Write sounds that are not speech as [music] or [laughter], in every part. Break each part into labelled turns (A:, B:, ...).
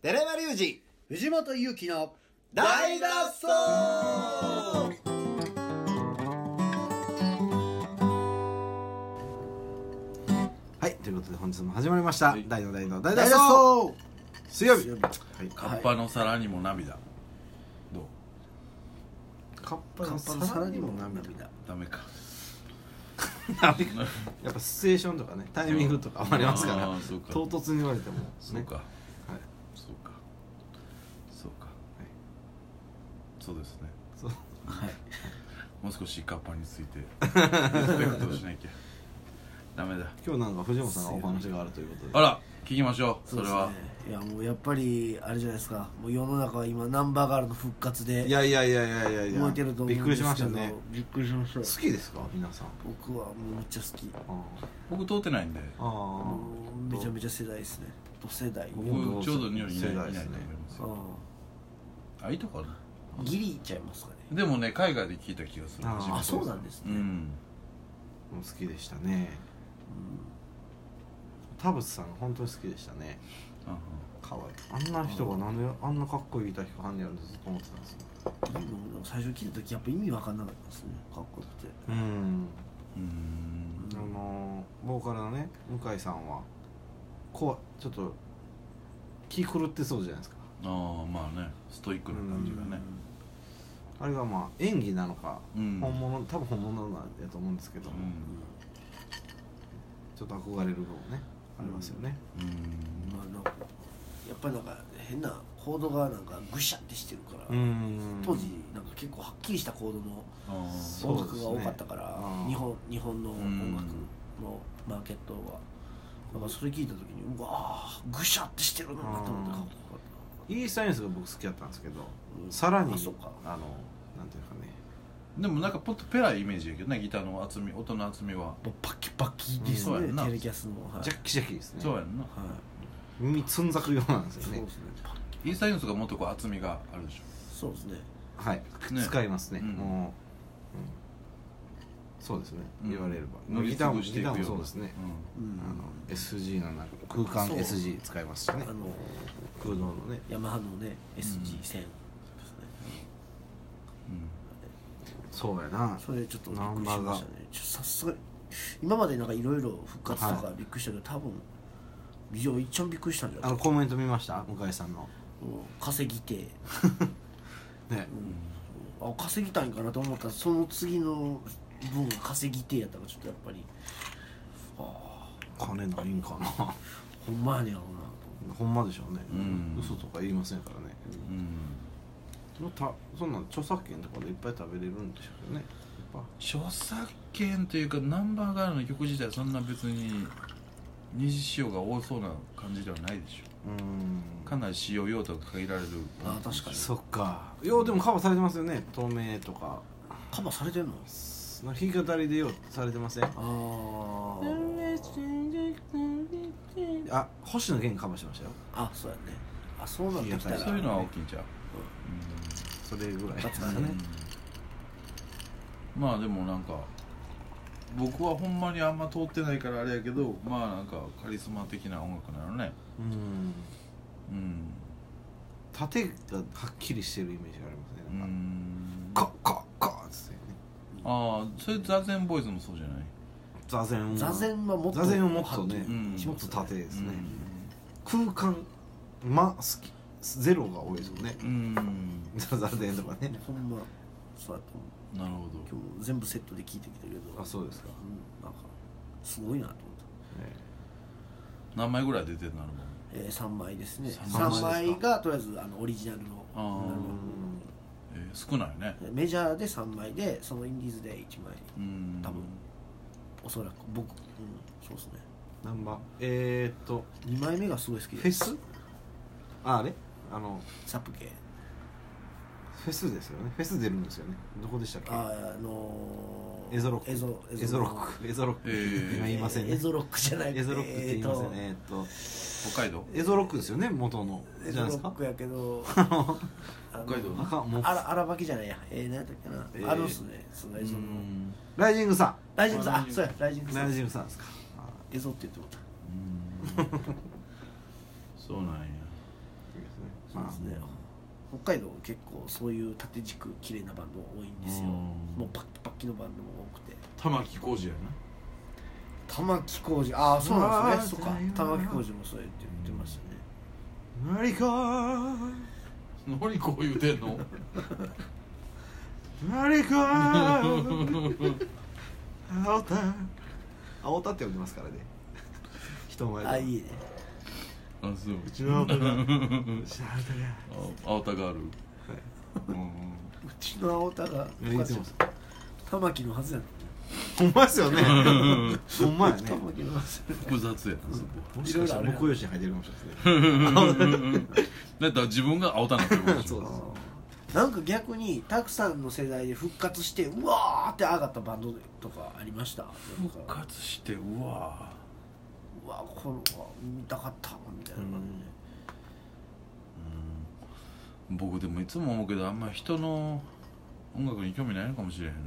A: 寺山隆
B: 二藤本勇樹の
A: 二大脱走はいということで本日も始まりました、
C: はい
A: 大の大の大脱
B: 大
A: 走
B: 脱走
A: 水曜日
B: 水曜日
A: はい、
C: カッパの皿にも涙どう
A: カッパ
B: カ
A: の
B: ッパの
A: 皿
B: 皿
A: に
B: に
A: も
B: も
A: 涙
B: 涙
C: ダメか
A: やっぱシチュエーションとかねタイミングとか余りますから
C: あーそうか
A: 唐突に言われてもね
C: そうか、
A: はい
C: そうかそうか
A: はい
C: そうですね
A: そう
B: はい
C: もう少しカッパについてリスペクトをしなきゃダメだ
A: 今日なんか藤本さんがお話があるということで
C: あら聞きましょうそ
B: そう
C: れ
B: です
C: は
B: ねいやもうやっぱりあれじゃないですかもう世の中は今ナンバーガールの復活で
A: いやいやいやいやいやいや
B: 動いてると思うんですけど
A: びっくりしましたね
B: びっくりしまし
A: 好
B: た
A: きですか皆さん
B: 僕はもうめっちゃ好き
A: あ
C: 僕通ってないんで
A: ーあ
B: も
A: ー
B: うめちゃめちゃ世代ですねと世代
A: 僕
C: 僕ちょうど日本にいない
A: 世
C: いな
A: 代
C: い
A: ですね
C: と思います
B: あ
C: よあいいとこある
B: あギリいっちゃいますかね
C: でもね海外で聞いた気がする
A: あー
C: 初めて
B: あそうなんです
C: う
B: ね、
C: ん
A: もう好きでしたね田淵さん本当に好きでしたね
C: あは
A: 可愛いあんな人がなんであんなかっこいい歌弾んでやるんでずっと思ってたんですよ
B: うん最初聞いた時やっぱ意味わかんなかったですねかっこよくて
A: うん
C: うーん
A: あのーボーカルのね向井さんはこうちょっと気狂ってそうじゃないですか
C: ああまあねストイックな感じがね
A: あれがまあ演技なのか、
C: うん
A: 本物多分本物なんだと思うんですけども、ちょっと憧れる部分ねありますよね、
C: うんうん
B: まあなんかやっぱりなんか変なコードがなんかぐしゃってしてるから、
A: ん
B: 当時なんか結構はっきりしたコードの
C: あー
A: そう
B: 音
A: です
B: 楽
A: ね
B: が多かったから、
A: あー
B: 日本日本の
C: ん
B: 音楽のマーケットは、だからそれ聞いた時にうわーぐしゃってしてるなと思ってかっこよかっ
A: イースタインスが僕好きだったんですけど、
B: うん
A: さらにあ
B: あ
A: の
B: そうか
A: なんていうかね
C: でもなんかポッとペライイメージやけどねギターの厚み音の厚みは
B: たもうパキパキです
C: うんそう
B: ね、
C: やんな
B: テレキャスのはい
A: ジャッキジャキですね
C: そうやんな
B: はい
A: 耳つんざくようなんです
B: そう
A: よね
B: ですねパキ
C: イースタインスがもっとこう厚みがあるでしょ
B: そうですね
A: はい、
C: ね
A: 使いますね、
C: うん
A: もう、うんそうですね、
C: うん
A: 言われれば
C: 乗り
A: ギ
C: つ
A: ターも
C: ぶしてい
A: ギ
C: く
A: ター
C: ような
A: もそうですね、
C: う
B: うん
A: あの SG の中空間
B: そう
A: SG 使いますしね
B: あの
A: 空洞のね
B: ヤマハのね SG1000 ですね、
C: んうん
A: そうやな
B: それでちょっとびっくりしましたねちょっとさすがに今までなんかいろいろ復活とかびっくりしたけど、多分ビジョン一番びっくりしたんじゃな
A: あ
B: い
A: のコメント見ました向井さんの
B: うん稼ぎて
A: ね
B: あ稼ぎたいんかなと思ったらその次の分が稼ぎてやったからちょっとやっぱり
A: 金ないんかな
B: ほんまやねやろ
A: [laughs] ほんまでしょうね、
C: うん
A: 嘘とか言いませんからね、
C: うん
A: そのたそんなん著作権とかでいっぱい食べれるんでしょうけどねやっ
C: 著作権というかナンバーガールの曲自体そんな別に二次使用が多そうな感じではないでしょ
A: ぱうん
C: かなり使用用途が限られる
B: なあ確かに
A: そっかいやでもカバーされてますよね透明とか
B: カバーされてんの
A: その弾き語りでようされてません
B: あ
A: あ星野源カバーしましたよ
B: ああそうやねあそうなってきたら
C: そういうのは大きいんちゃう、
A: それぐらい
B: だ
A: で
B: っ
A: す
B: た
A: からね
B: ね
C: うんまあでもなんか僕はほんまにあんま通ってないからあれやけどまあなんかカリスマ的な音楽なのね
A: うん
C: うん
A: 縦がはっきりしてるイメージがありますね
C: う
A: なんか
C: ん
A: カッカッカッつってね
C: ああそれ座禅ボーイズもそうじゃない
A: 座禅を
B: 座禅はもっと
A: 座禅をもっとね
C: うん
A: もっと縦ですね
C: う
A: 空間ま好きゼロが多いですよね
C: ん、
A: 座禅とかね
B: ほんまそうやと思う
C: なるほ
B: 今日も全部セットで聞いてきたけど
A: あそうですか
B: うん、なんかすごいなと思っ
A: え
C: ど何枚ぐらい出てるのある
B: た、えー、3枚ですね
C: 三
B: 3
A: 枚
B: 枚
A: ですか
B: がとりあえずあのオリジナルの
C: あー
B: アルバム
C: えー、少ないね
B: メジャーで3枚でそのインディーズで1枚
C: うん
B: 多分おそらく僕、うん、そうですね
A: えナンバーえーっと
B: 2枚目がすごい好き
A: フェ
B: です
A: スああれあの
B: サプケ
A: フェスですよねフェス出るんですよねどこでしたっけ
B: あーあのー、
A: エゾロック
B: エゾ
A: エゾロックエゾロック、
C: えー
A: 今言いませんね
B: エゾロックじゃない
A: エゾロックって言いませんね
B: え
A: えーっと
C: 北海道
A: エゾロックですよね元の
B: ーとエ
A: じ
B: ゾ
A: ゃ
B: ロ
A: ないです
B: ッ
A: か
B: クやけど
C: 北海道
A: あかんもう
B: あら荒ばきじゃないやえー、何やったっけな、
A: えー
B: あるっすねそのエゾの [laughs]
A: うんライジングさ
B: ライジングさん
C: あ
B: あそうやライジング
A: ん
B: さ
A: ライ
B: ん
A: ジングさんですかあ
B: エゾって言ってもらった
C: うんそうなんや
A: ーいいです
B: そうですね北海道結構そういう縦軸綺麗なバンド多いんですよ
C: うん
B: もうパッキパッキのバンドも多くて
C: 玉置浩二や
B: 玉置浩二ああそうなんですね
A: うわー
B: そうか玉置浩二もそうやって言ってましたね
A: 何か
C: な何こう言うてんの
A: 何か青田青田って呼んでますからね人前で
B: あいいね
C: あそう
A: うちの青田がうちの青田が
C: あ青田があ
A: は
C: るうん
B: うちの青田が
A: い言ってます
B: 玉置のはずやね
A: ほんまですよねほんまやね
B: 玉置のはず
C: 複雑やなそこ
A: もしかしたら向こうよしに入ってるかもしれ
C: だったら自分が青田になってる
A: な
C: か
A: い
C: も
A: ですねそ
C: し
A: う
C: れな
A: で
C: い
A: す
B: なんか逆にたくさんの世代で復活してうわーって上がったバンドとかありましたなん
C: 復
B: か
C: 活してうわ
B: うわこの子は見たかったみたいな感じで
C: うん僕でもいつも思うけどあんま人の音楽に興味ないのかもしれへんね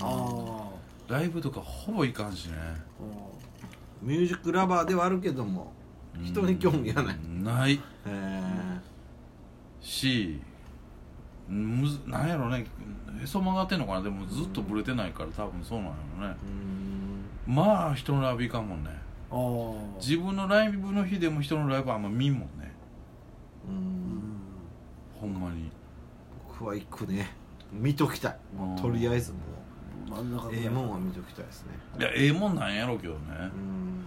B: ああ
C: ライブとかほぼいかんしね
A: ミュージックラバーではあるけども人に興味がない
C: うんない
A: へえ
C: しむずなんやろねへそ曲がってんのかなでもずっとブレてないから多分そうなんやろね
A: うん
C: まあ人のライブいかんもんね
B: あー
C: 自分のライブの日でも人のライブはあんま見んもんね
A: う
B: うんん
C: ほんまに
A: 僕は行くね見ときたいもうとりあえずも
B: 真ん中
A: う
B: ぐらい
A: ええもんは見ときたいですね
C: いやええもんなんやろうけどね
A: うん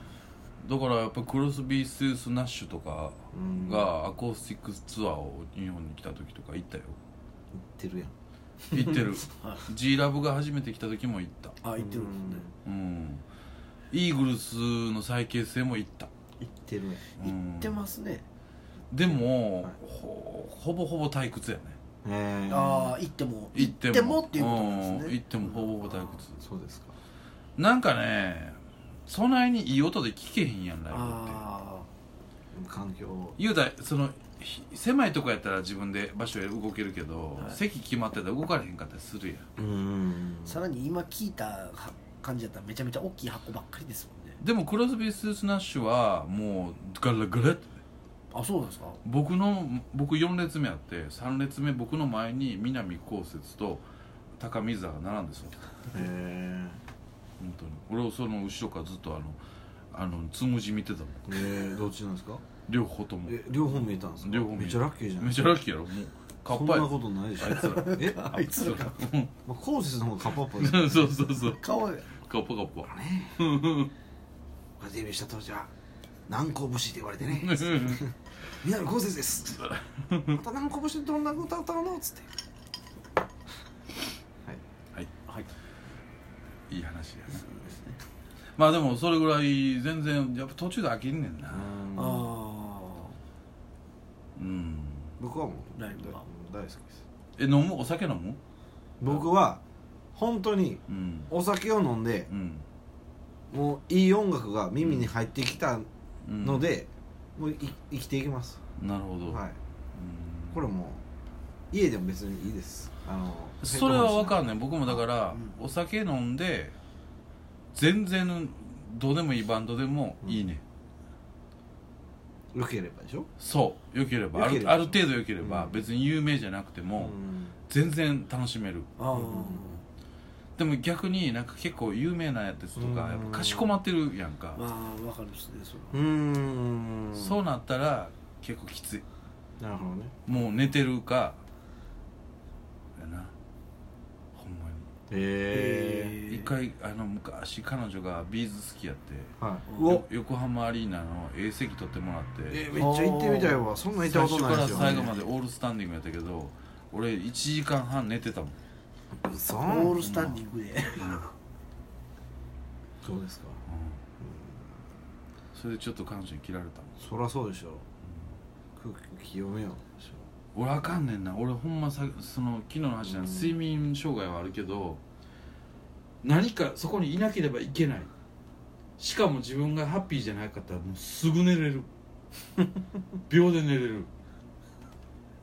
C: だからやっぱクロスビー・スース・ナッシュとか
A: うん行っ
C: がアコースティックツアーを日本に来た時とか行ったよ
A: てるやん
C: 行ってる
B: [laughs] はい
C: G ラブが初めて来た時も行った
B: あ言ってるんですね
C: うんイーグルスの再結成も行った
A: 行ってるやん
C: うん
B: 言ってますね
C: でも、
A: はい
C: ほほぼほぼ退屈やね
A: ええ
B: ああ行っても
C: 行っても
B: っていうことなんです
C: う
B: ね
C: ん行ってもほぼほぼ退屈
A: そうですか
C: なんかねそないにいい音で聴けへんやんライブって
B: あ
A: 環境を
C: 言うたらそのひ狭いとこやったら自分で場所へ動けるけど、
B: はい
C: 席決まってたら動かれへんかったりするやん
A: うん
B: あさらに今聞いたは感じだったらめちゃめちゃ大きい箱ばっかりですもんね
C: でもクロスビー・スースナッシュはもうガラガラって
B: あそうなんですか
C: 僕の僕4列目あって3列目僕の前に南こうせつと高見沢が並んでそう
A: へえ
C: 本当に俺をその後ろからずっとあのあのつむじ見てたもん
A: えー、どっちなんですか
C: 両方とも
A: え両方見えたんですか
C: 両方見えた
A: めっちゃラッキーじゃない
C: めっちゃラッキーやろもうカ
A: そ
C: ッ
A: ん
C: パや
A: なことないでしょあいつらえ
C: あいつら
A: まあ、コーセスの方がカッパっぽいです
C: うん [laughs] そうそうそう
B: 顔が
C: カッパカッパ
A: [laughs] ね僕がデビューした当時は南高節って言われて
C: [laughs]
A: ね南高節ですまた南高節ってどんな歌歌うのっつってはい
C: はい
B: はい
C: いい話やなまあでもそれぐらい全然やっぱ途中で飽きんねんな
B: あ
A: あ
B: あ
C: うん
A: 僕はもう
B: ライブは
A: 大好きです
C: え飲むお酒飲む
A: 僕は本当に
C: うん
A: お酒を飲んで
C: うん
A: もういい音楽が耳に入ってきた
C: うん
A: ので、もうい生きていきます、
C: なるほど、
A: はい
C: うん
A: これもう家でも別にいいですあの
C: それは分かん
A: ない
C: ない僕もだから、
B: う
C: お酒飲んで全然どうでもいいバンドでもいいね、
A: よければでしょ
C: そうよければあ
A: 良けれ
C: る
A: ば
C: ある程度よければ、
A: うん
C: 別に有名じゃなくても、
A: ん
C: 全然楽しめる
B: ああ
C: でも逆になんか結構有名なやつとか、
A: うん
C: やっぱかしこまってるやんか、
B: まあわかるですねそれは
A: うーん
C: そうなったら結構きつい
A: なるほどね
C: もう寝てるかやなほんまに
A: へ
B: えー
C: 一回あの昔彼女がビーズ好きやって
A: えは
B: う
A: い
B: ん
A: うお
C: よ横浜アリーナの A 席取ってもらって、
A: えーめっちゃ行ってみたいわそんなん行った
C: 最
A: こと
C: 初か
A: ないで
C: ら
A: すよ、
C: 最後までオールスタンディングやったけど俺1時間半寝てたもん
A: 嘘
B: オールスタンディングで
A: そうですか
C: それでちょっと彼女に切られたもん
A: そりゃそうでしょ空気清めようでしょ
C: 俺あかんねんな俺ほんまさその昨日の話なん
A: うん
C: 睡眠障害はあるけど何かそこにいなければいけないしかも自分がハッピーじゃなかったらもうすぐ寝
A: [laughs]
C: れる秒で寝れる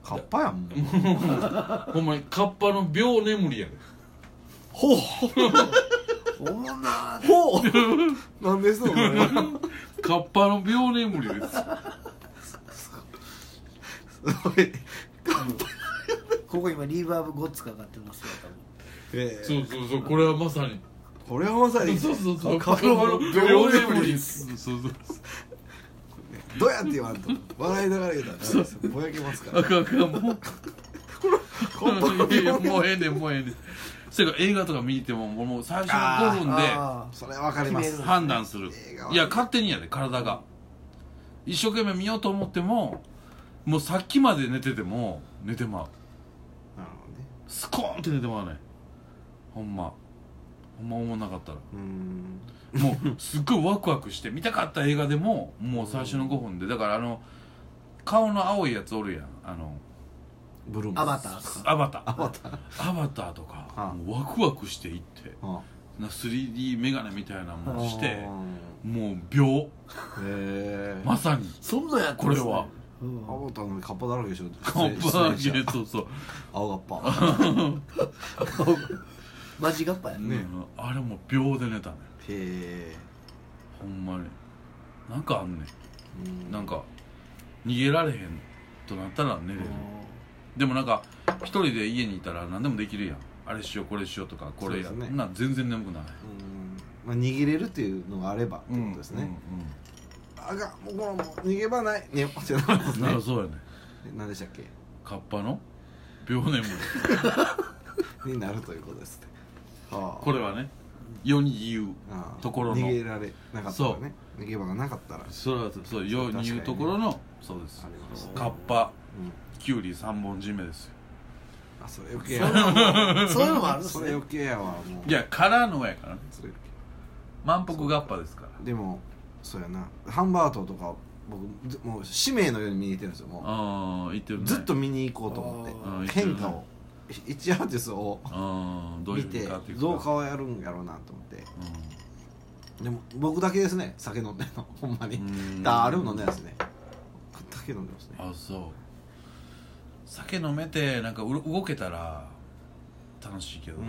A: カッパやもん
C: ほんまにカッパの秒眠りやで
A: ほう
B: おもんなー
A: ほうなんでそうなの
C: カッパの秒眠りです
B: ここ今リーバーブゴッツかかってますよ多分
A: え
C: そ
A: ー
C: うそうそうこれはまさに
A: これはまさに
C: そうそうそう
A: カフの
C: 両
A: 秒レ
C: レ
A: プ
C: プ
A: リ
C: リ
A: ン
C: ン
A: ス
C: そうそうそう
A: どうやって言わんと笑いながら言うたらぼやけますから
C: あかんあかんもう
A: この
C: いやいやもうええねんもうええねんそれから映画とか見に行ってももうもう最初の5分で
B: あ
A: それはわかりま
B: 決
A: す
B: める
C: 判断する
A: 映画はい
C: や勝手にやで体が一生懸命見ようと思ってももうさっきまで寝てても寝てまう
A: なるほどね
C: スコーンって寝てまうねんほんまほんま思んなかったら
A: うーん
C: もうすっごいワクワクして見たかった映画でももう最初の5分でだからあの顔の青いやつおるやんあの
A: ブルーム
B: ーアバターですか
C: アバターア
A: バター
C: バターとか、
A: はあ
C: もうワクワクしていって
A: あ
C: な 3D メガネみたいなもんして
A: あ
C: もう秒
A: ーへえ
C: まさに
B: そんなんやって
C: こ
B: ま
C: れ
B: すね
C: は
B: うん
A: アバターのカッパだらけでしょ
C: カンパーゲ
A: 出演者
C: ーそうそう
A: 青カッ
B: マジガッパや
C: ね、うんあれも秒で寝たね
A: パへえ
C: ほんまになんかあんねんなんか逃げられへんとなったら寝れるでもなんか一人で家にいたら何でもできるやんあれしようこれしようとかこれや
A: そうですね
C: んな全然眠くない
A: うんまあ逃げれるっていうのがあればってことですねあがもうこのもう逃げ場ないね [laughs] ってなるんで
C: う
A: す
C: んうん、な
A: ね
C: らそうやね
A: 何でしたっけ
C: カッパの秒
A: [laughs]
C: 眠り
A: になるということですねはあ
C: これはね世に言う
A: ああ
C: ところの
A: 逃げられなかったらね逃げ場がなかったらあ
C: それはそう世に言うところのそうです
A: りますね
C: カッパ
A: うん
C: キュウリ3本締めですよ
A: あそれ余計やわ
B: そういうのもあるんです
A: [laughs] そ
B: ね
A: れ余計やわもう
C: いやからのやからね
A: それ余計
C: 満腹ガッパですから
A: でもそうやなハンバートとか僕ずもう使命のように見に行ってるんですよも
C: ああ言ってる
A: う
C: ね
A: ずっと見に行こうと
B: あ
A: 思っ
C: ー
A: て変化を一アーティストを
C: ああどうい
A: 見
C: う
A: て
C: 風に変わっていく
A: どう変わるんやろうなと思ってでも僕だけですね酒飲んでんの [laughs] ほんま
C: う
A: に
C: ん
A: 誰も飲んでないですね僕だけ飲んでますね
C: あそう酒飲めてなんかうろ動けたら楽しいけど、
A: うん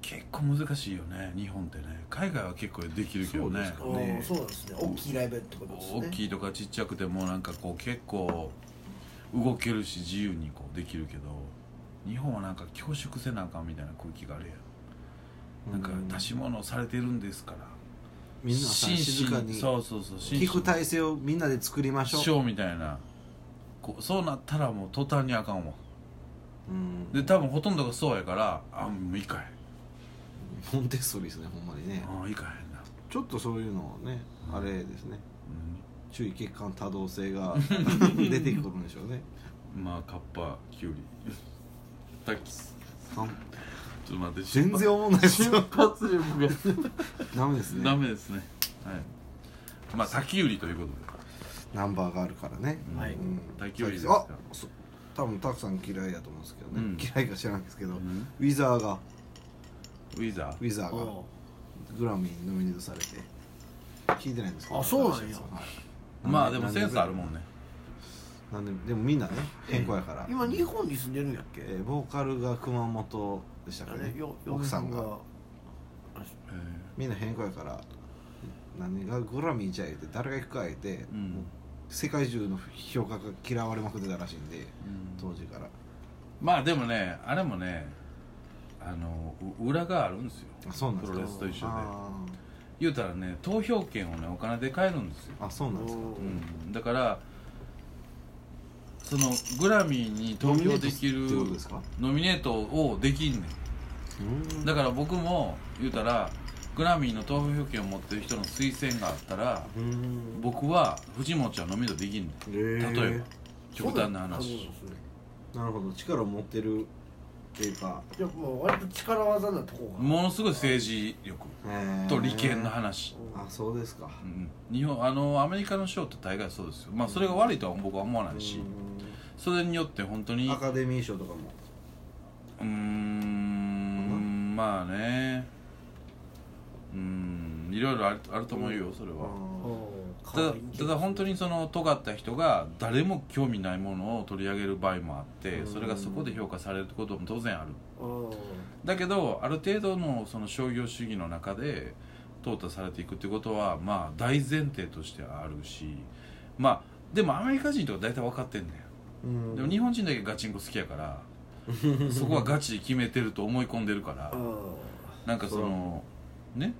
C: 結構難しいよね日本ってね海外は結構できるけどね
A: そうね
B: うんそうなんですね大きいライブってことですね
C: 大きいとかちっちゃくてもなんかこう結構動けるし自由にこうできるけど日本はなんか恐縮せなあかんみたいな空気があるやんなんか出し物をされてるんですから
A: みんなさ静かに
C: そうそうそう
A: 聞く体制をみんなで作りまし
C: シ
A: ょう
C: ョーみたいなこうそうなったらもう途端にあかんわ
A: うん
C: で多分ほとんどがそうやからあもういいかい
A: 本テストですねほんまにね
C: あいいかへんな
A: ちょっとそういうのをねあれですね注意欠陥多動性が
C: [laughs]
A: 出てくるんでしょうね
C: うんまあカッパキュウリタキス
A: あ
C: ちょっと待って
A: 全然思わないですよ
C: 発力が
A: ダメです
C: [laughs] ダ
A: ね
C: メですねはいまあ滝売りということで
A: ナンバーがあるからね
B: はい
A: うん
C: 滝売りです
A: あ
C: か
A: そ多分たくさん嫌いやと思うんですけどね、
C: うん
A: 嫌いか知らないですけど、
C: ん
A: ウィザーが
C: ウィザ
A: ウィザーが
B: おう
A: グラミーにノミネートされて聞いてないんですけど
B: あそうなんや
A: 新しいやつはい
C: ーまあでもセンスあるもんね
A: なんででもみんなね変更やから、
B: 今日本に住んでるんやっけ
A: えーボーカルが熊本でしたか
B: あ
A: ね
B: れよ
A: 奥さん
B: 嫁
A: が
C: えー
A: みんな変更やから何がグラミーじゃえって誰が行くかえって、
C: うん
A: もう世界中の評価が嫌われまくってたらしいんで当時から
C: まあでもねあれもねあのう裏があるんですよ
A: あそうなんです
C: プ
A: か
C: ロレスと一緒で
A: あ
C: 言うたらね投票権をねお金で買えるんですよ
A: ーあそうなんですか
B: お
C: う
B: ー
C: んだからそのグラミーに投票できる
A: ってことですか
C: ノミネートをできんね
A: うん
C: んだから僕も言うたらグラミーの投票権を持ってる人の推薦があったら
A: うん
C: 僕は藤本ちゃんノミネートできんねん例えば極端な
B: そう
C: 話
B: んですね
A: ばなるほど力を持ってるっていうか
B: いやもう割と力技なとこが
C: ものすごい政治力
A: えー
C: と利権の話
A: あそうですか
C: うん日本あのアメリカのショーって大概そうですよまあそれが悪いとは僕は思わないし
A: う
C: それによって本当に
A: んア
C: う
A: カデミー賞とかも
C: ーんまあねうーんいろいろあるあると思うよそれは
B: お
C: ただただ本当
B: に
C: にその尖った人が誰も興味ないものを取り上げる場合もあってそれがそこで評価されることも当然あるだけどある程度のその商業主義の中で淘汰されていくってことはまあ大前提としてあるしまあでもアメリカ人とか大体分かってんだよ、
B: うん
C: でも日本人だけガチンコ好きやから
A: [laughs]
C: そこはガチで決めてると思い込んでるから
B: あ
C: なんかそのね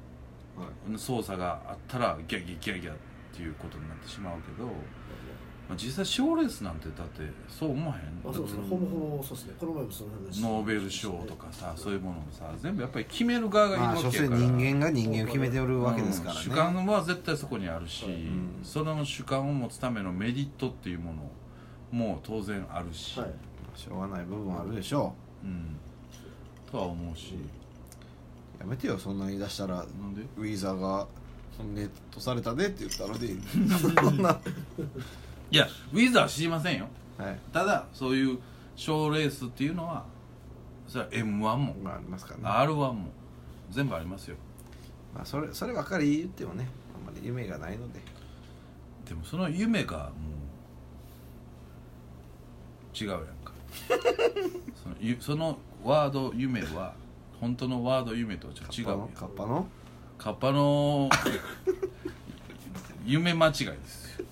A: はい
C: 操作があったらギャギャギャギャっていうことになってしまうけど、まあ、実際賞レースなんてだってそう思わへん
B: あそうですね、ほぼほぼそうですねこの前もその話
C: ノーベル賞とかさそういうものもさ全部やっぱり決める側がいる
A: ま
C: わ
A: あ
C: け
A: 所
C: やから
A: 詮、人間が人間を決めておるわけですからね、
C: 主観は絶対そこにあるし、
A: ん
C: その主観を持つためのメリットっていうものも当然あるし、
B: はい
A: しょうがない部分はあるでしょ
C: うん、とは思うし
A: うやめてよそんなに出したら
C: なんで
A: ウィザーが「ネットされたね」って言ったの
C: [laughs]
A: でそんない
C: やウィザーは知りませんよ
A: はい
C: ただそういう賞レースっていうのはそれは m 1も
A: まあありますからね
C: r 1も全部ありますよ
A: まあ、それそればっかり言ってもねあんまり夢がないので
C: でもその夢がもう違うやんか [laughs] そのゆそのワード夢は本当のワード夢とはちょっと違うやん
A: カッパの
C: カッパの夢間違いですよ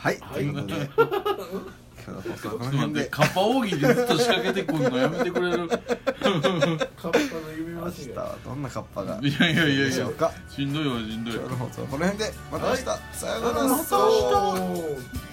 A: はい、という [laughs] ことで今日の放送は
C: ち
A: こ
C: ょ
A: の
C: っと待っ
A: 辺
C: て
A: で
C: カッパ大喜利ずっと仕掛けてくるのやめてくれる [laughs]
B: カッパの指
A: 明
B: 間違
A: 日
B: い
A: はどんなカッパが
C: いやいやいや
A: で
C: い
A: しょ
C: や
A: うか
C: しんどいわしんどい
A: 今日
C: わ
A: の放送はこの辺でまた明日、さようなら
B: また明日